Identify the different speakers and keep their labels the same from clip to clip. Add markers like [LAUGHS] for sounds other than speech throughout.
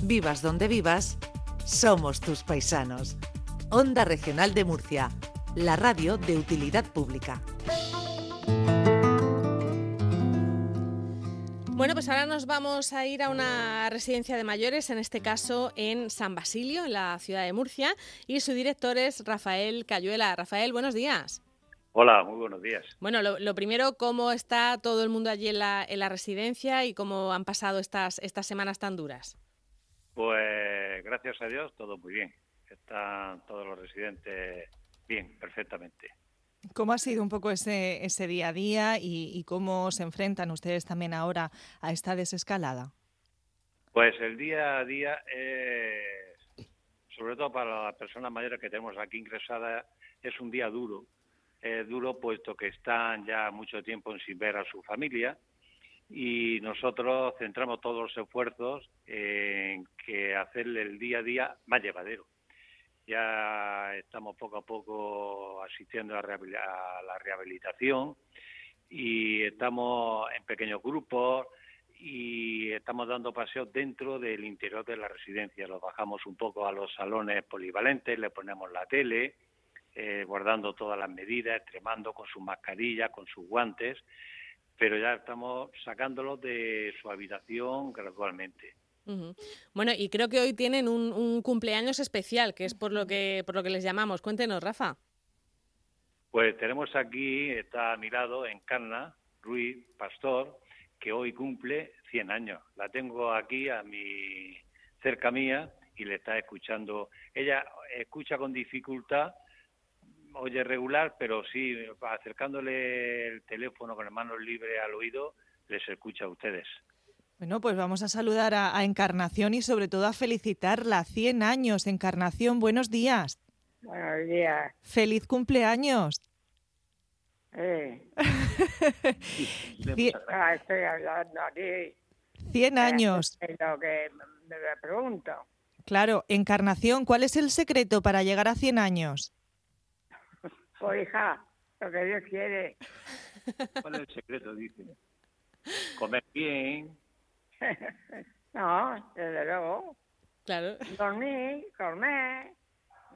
Speaker 1: Vivas donde vivas, somos tus paisanos. Onda Regional de Murcia, la radio de utilidad pública.
Speaker 2: Bueno, pues ahora nos vamos a ir a una residencia de mayores, en este caso en San Basilio, en la ciudad de Murcia, y su director es Rafael Cayuela. Rafael, buenos días.
Speaker 3: Hola, muy buenos días.
Speaker 2: Bueno, lo, lo primero, ¿cómo está todo el mundo allí en la, en la residencia y cómo han pasado estas, estas semanas tan duras?
Speaker 3: Pues gracias a Dios, todo muy bien. Están todos los residentes bien, perfectamente.
Speaker 4: ¿Cómo ha sido un poco ese, ese día a día y, y, cómo se enfrentan ustedes también ahora a esta desescalada?
Speaker 3: Pues el día a día, es, sobre todo para las personas mayores que tenemos aquí ingresadas, es un día duro. Es duro puesto que están ya mucho tiempo sin ver a su familia y nosotros centramos todos los esfuerzos en que hacerle el día a día más llevadero ya estamos poco a poco asistiendo a, la rehabilitación y estamos en pequeños grupos y estamos dando paseos dentro del interior de la residencia. Los bajamos un poco a los salones polivalentes, le ponemos la tele, eh, guardando todas las medidas, extremando con sus mascarillas, con sus guantes, pero ya estamos sacándolos de su habitación gradualmente.
Speaker 2: Uh -huh. Bueno, y creo que hoy tienen un, un, cumpleaños especial, que es por lo que, por lo que les llamamos. Cuéntenos, Rafa.
Speaker 3: Pues tenemos aquí, está a mi lado, Encarna Ruiz Pastor, que hoy cumple 100 años. La tengo aquí a mi cerca mía y le está escuchando. Ella escucha con dificultad, oye regular, pero sí, acercándole el teléfono con las manos libres al oído, les escucha a ustedes.
Speaker 4: Bueno, pues vamos a saludar a, a, Encarnación y sobre todo a felicitarla. 100 años, Encarnación, buenos días.
Speaker 5: Buenos días.
Speaker 4: Feliz cumpleaños.
Speaker 5: Eh. ah, estoy hablando aquí.
Speaker 4: 100 años.
Speaker 5: Es lo que me pregunto.
Speaker 4: Claro, Encarnación, ¿cuál es el secreto para llegar a 100 años?
Speaker 5: Pues hija, lo que Dios quiere.
Speaker 3: ¿Cuál es el secreto? Dice. Comer bien,
Speaker 5: no, desde luego.
Speaker 2: Claro.
Speaker 5: Dormir, comer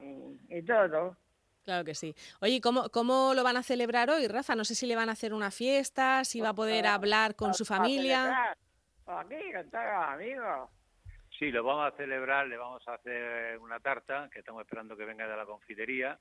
Speaker 5: y, y, todo.
Speaker 2: Claro que sí. Oye, ¿cómo, ¿cómo lo van a celebrar hoy, Rafa? No sé si le van a hacer una fiesta, si va a poder hablar con su familia.
Speaker 5: Por aquí, con todos los amigos.
Speaker 3: Sí, lo vamos a celebrar, le vamos a hacer una tarta, que estamos esperando que venga de la confitería,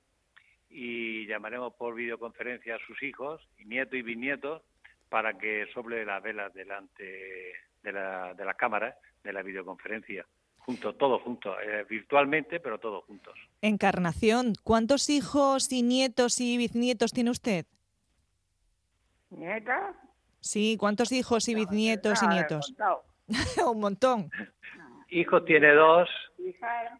Speaker 3: y llamaremos por videoconferencia a sus hijos, nietos y bisnietos, para que sople las velas delante de la, de la cámara, de la videoconferencia. Juntos, todos juntos, eh, virtualmente, pero todos juntos.
Speaker 4: Encarnación, ¿cuántos hijos y nietos y bisnietos tiene usted?
Speaker 5: ¿Nietos?
Speaker 4: Sí, ¿cuántos hijos y bisnietos no, no, no, y nietos? [LAUGHS] Un montón.
Speaker 3: Hijos tiene dos.
Speaker 5: Hija,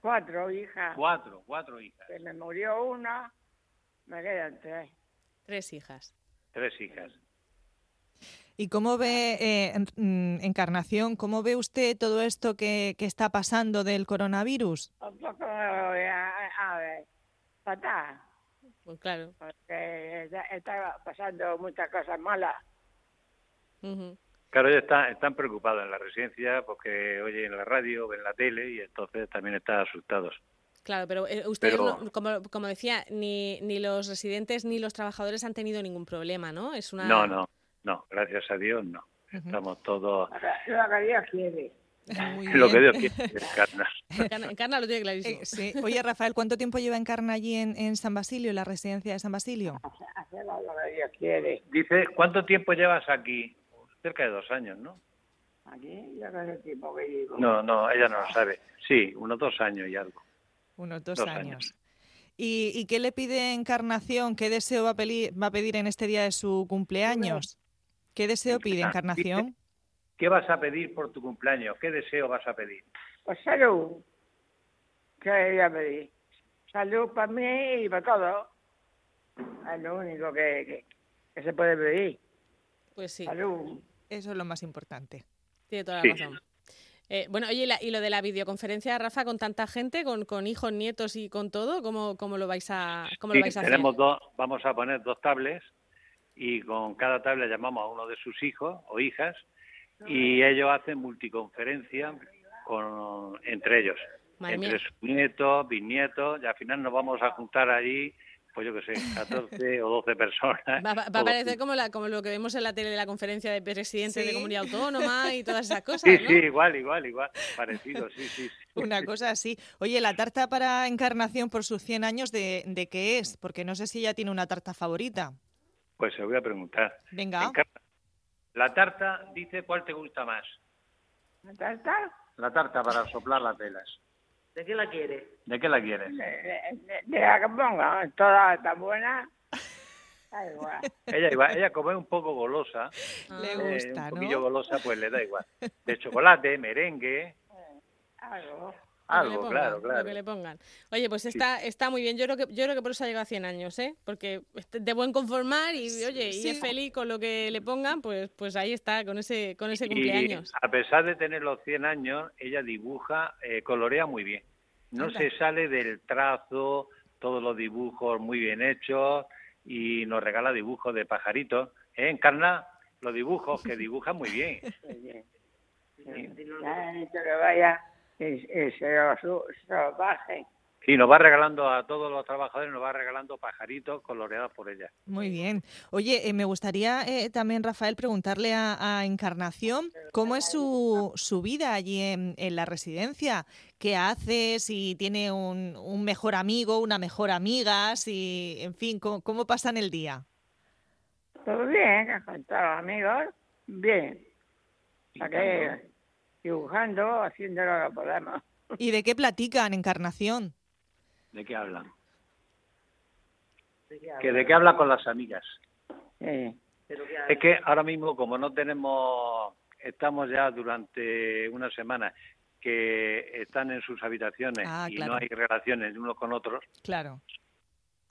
Speaker 5: cuatro hijas.
Speaker 3: Cuatro, cuatro hijas.
Speaker 5: Se me murió una, me quedan tres.
Speaker 2: Tres hijas.
Speaker 3: Tres hijas.
Speaker 4: ¿Y cómo ve, eh, Encarnación, cómo ve usted todo esto que, que está pasando del coronavirus?
Speaker 5: Un poco, a, ver, fatal.
Speaker 2: Pues claro.
Speaker 5: Porque está, está pasando muchas cosas malas.
Speaker 3: Uh -huh. Claro, ellos están, están preocupados en la residencia porque oyen la radio, ven la tele y entonces también están asustados.
Speaker 2: Claro, pero eh, ustedes, pero... No, como, como, decía, ni, ni los residentes ni los trabajadores han tenido ningún problema, ¿no? Es una... [LAUGHS]
Speaker 3: No, no. No, gracias a Dios no. Estamos todos.
Speaker 5: Lo que Dios quiere.
Speaker 3: Lo que Dios quiere,
Speaker 2: [LAUGHS]
Speaker 3: Encarna.
Speaker 2: Encarna, Encarna lo tiene clarísimo.
Speaker 4: Eh, sí. Oye, Rafael, ¿cuánto tiempo lleva Encarna allí en, en San Basilio, en la residencia de San Basilio?
Speaker 5: Hacer lo que Dios quiere.
Speaker 3: Dice, ¿cuánto tiempo llevas aquí? Cerca de dos años, ¿no?
Speaker 5: Aquí, ya no sé el tiempo que llevo.
Speaker 3: No, no, ella no lo sabe. Sí, unos dos años y algo.
Speaker 4: Unos dos, dos años. años. ¿Y, ¿Y, qué le pide Encarnación? ¿Qué deseo va a, pedir, va a pedir en este día de su cumpleaños? ¿Qué deseo pide Encarnación?
Speaker 3: ¿Qué vas a pedir por tu cumpleaños? ¿Qué deseo vas a pedir?
Speaker 5: Pues salud. ¿Qué voy a pedir? Salud para mí y para todos. Es lo único que, que, que, se puede pedir.
Speaker 2: Pues sí.
Speaker 5: Salud.
Speaker 4: Eso es lo más importante.
Speaker 2: Tiene toda la sí. razón. Eh, bueno, oye, y, la, y, lo de la videoconferencia, Rafa, con tanta gente, con, con hijos, nietos y con todo, ¿cómo, cómo lo vais a, cómo
Speaker 3: sí,
Speaker 2: lo vais a
Speaker 3: tenemos hacer? Dos, vamos a poner dos tablets y con cada tabla llamamos a uno de sus hijos o hijas y ellos hacen multiconferencia con, entre ellos,
Speaker 2: Madre
Speaker 3: entre
Speaker 2: mía.
Speaker 3: sus nietos, bisnietos, y al final nos vamos a juntar allí, pues yo qué sé,
Speaker 2: [LAUGHS]
Speaker 3: 14 o 12 personas.
Speaker 2: Va, va- va a
Speaker 3: o
Speaker 2: parecer como, la, como lo que vemos en la tele de la conferencia de presidentes
Speaker 4: Sí.
Speaker 2: de comunidad autónoma y todas esas cosas,
Speaker 3: Sí,
Speaker 2: ¿no?
Speaker 3: sí, igual, igual, igual, parecido, sí, sí. sí.
Speaker 2: [LAUGHS]
Speaker 4: Una cosa así. Oye, la tarta para Encarnación por sus 100 años, ¿de, de qué es? Porque no sé si ella tiene una tarta favorita.
Speaker 3: Pues se voy a preguntar.
Speaker 4: Venga.
Speaker 3: Encarna, La tarta, dice, ¿cuál te gusta más?
Speaker 5: ¿La tarta?
Speaker 3: La tarta para soplar las velas.
Speaker 6: ¿De qué la quieres?
Speaker 3: ¿De qué la quieres?
Speaker 5: De, de- de la eh, que ponga, ¿no? toda está buena. Da igual.
Speaker 3: Ella, igual, ella como es un poco golosa,
Speaker 4: Le
Speaker 3: eh,
Speaker 4: gusta,
Speaker 3: un
Speaker 4: ¿no?
Speaker 3: poquillo golosa, pues le da igual. De chocolate,
Speaker 2: [LAUGHS]
Speaker 3: merengue,
Speaker 5: Algo.
Speaker 2: Lo que le
Speaker 3: algo,
Speaker 2: pongan,
Speaker 3: claro,
Speaker 2: Lo
Speaker 3: claro.
Speaker 2: que le pongan. Oye, pues está, está muy bien. Yo creo, que, yo creo que por eso ha llegado a 100 años, ¿eh? Porque es de buen conformar y, oye,
Speaker 4: sí.
Speaker 2: y es feliz con lo que le pongan, pues, pues ahí está, con ese, con ese
Speaker 3: Y
Speaker 2: cumpleaños.
Speaker 3: a pesar de tener los 100 años, ella dibuja, eh, colorea muy bien. No
Speaker 4: Anda.
Speaker 3: se sale del trazo, todos los dibujos muy bien hechos y nos regala dibujos de pajaritos. ¿Eh, Encarna? Los dibujos que dibuja muy bien.
Speaker 5: Muy bien.
Speaker 3: Sí.
Speaker 5: Ya han dicho que vaya y, y se, lo, su- se lo baje.
Speaker 3: Y nos va regalando a todos los trabajadores, nos va regalando pajaritos coloreados por ella.
Speaker 4: Muy bien. Oye, eh, me gustaría eh, también, Rafael, preguntarle a, a Encarnación cómo es su, su vida allí en, en la residencia. ¿Qué hace? Si tiene un, un mejor amigo, una mejor amiga, si, en fin, cómo, cómo pasan el día.
Speaker 5: Todo bien, con todos los amigos, bien. Para que dibujando, haciendo lo que podamos.
Speaker 4: ¿Y de qué platican, Encarnación?
Speaker 3: ¿De qué hablan?
Speaker 6: ¿De qué hablas?
Speaker 3: Que de qué habla con las amigas.
Speaker 5: Sí.
Speaker 6: ¿Pero qué hablas?
Speaker 3: Es que ahora mismo, como no tenemos, estamos ya durante una semana que están en sus habitaciones
Speaker 4: Ah,
Speaker 3: y
Speaker 4: claro.
Speaker 3: no hay relaciones unos con otros,
Speaker 4: Claro.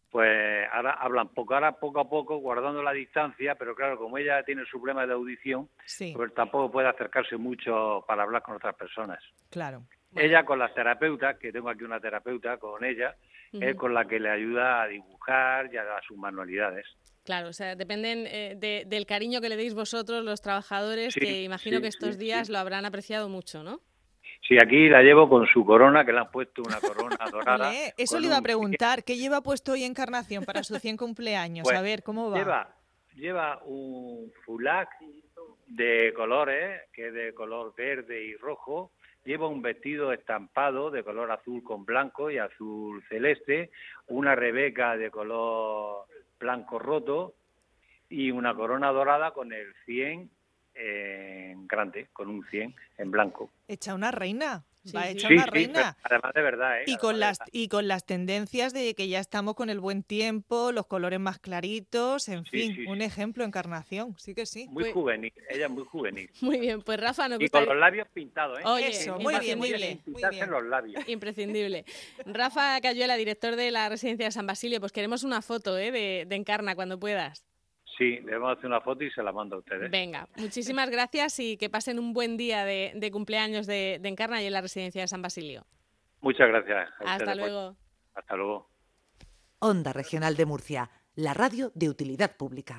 Speaker 3: pues ahora hablan poco, ahora poco a poco, guardando la distancia, pero claro, como ella tiene su problema de audición,
Speaker 4: Sí,
Speaker 3: pues tampoco puede acercarse mucho para hablar con otras personas.
Speaker 4: claro.
Speaker 3: Ella con las terapeutas, que tengo aquí una terapeuta con ella, es
Speaker 2: Ujú.
Speaker 3: con la que le ayuda a dibujar y a sus manualidades.
Speaker 2: Claro, o sea, dependen eh, de- del cariño que le deis vosotros, los trabajadores,
Speaker 3: Sí,
Speaker 2: que imagino
Speaker 3: sí,
Speaker 2: que estos
Speaker 3: sí,
Speaker 2: días
Speaker 3: sí.
Speaker 2: lo habrán apreciado mucho, ¿no? [LAUGHS]
Speaker 3: Sí, aquí la llevo con su corona, que le han puesto una corona
Speaker 4: [LAUGHS]
Speaker 3: dorada.
Speaker 4: Olé, eso
Speaker 3: con
Speaker 4: le iba a
Speaker 3: pues un-
Speaker 4: preguntar. ¿Qué lleva puesto hoy Encarnación para su 100 cumpleaños?
Speaker 3: Pues,
Speaker 4: a ver, ¿cómo va?
Speaker 3: Lleva, lleva un fulac de colores, que es de color verde y rojo. Lleva un vestido estampado de color azul con blanco y azul celeste. Una rebeca de color blanco roto. Y una corona dorada con el 100 en grande, con un 100 en blanco.
Speaker 4: Hecha una reina.
Speaker 2: Sí,
Speaker 4: va
Speaker 2: sí.
Speaker 4: hecha
Speaker 3: Sí,
Speaker 4: una
Speaker 3: sí,
Speaker 4: reina.
Speaker 3: pero además de verdad, ¿eh?
Speaker 4: Y con,
Speaker 3: Además
Speaker 4: las,
Speaker 3: de verdad.
Speaker 4: y con las tendencias de que ya estamos con el buen tiempo, los colores más claritos, en
Speaker 3: Sí,
Speaker 4: fin,
Speaker 3: sí,
Speaker 4: un
Speaker 3: sí.
Speaker 4: ejemplo, encarnación, sí que sí.
Speaker 3: Muy juvenil, ella es muy juvenil.
Speaker 2: Muy bien, pues Rafa, nos
Speaker 3: Y con
Speaker 2: gustaría...
Speaker 3: los labios pintados, ¿eh?
Speaker 2: Oye,
Speaker 4: Eso,
Speaker 2: me
Speaker 4: muy
Speaker 2: parece
Speaker 4: bien, muy
Speaker 2: muy
Speaker 4: bien, muy
Speaker 3: Pintarse
Speaker 4: bien.
Speaker 3: los labios.
Speaker 2: Imprescindible. Rafa Cayuela, director de la Residencia de San Basilio, pues queremos una foto ¿eh? de, de Encarna cuando puedas.
Speaker 3: Sí, le vamos a hacer una foto y se la mando a ustedes.
Speaker 2: Venga, muchísimas gracias y que pasen un buen día de, de cumpleaños de, de Encarna y en la Residencia de San Basilio.
Speaker 3: Muchas gracias. a ustedes
Speaker 2: Hasta
Speaker 3: por-
Speaker 2: luego.
Speaker 3: Hasta luego.
Speaker 1: Onda Regional de Murcia, la radio de utilidad pública.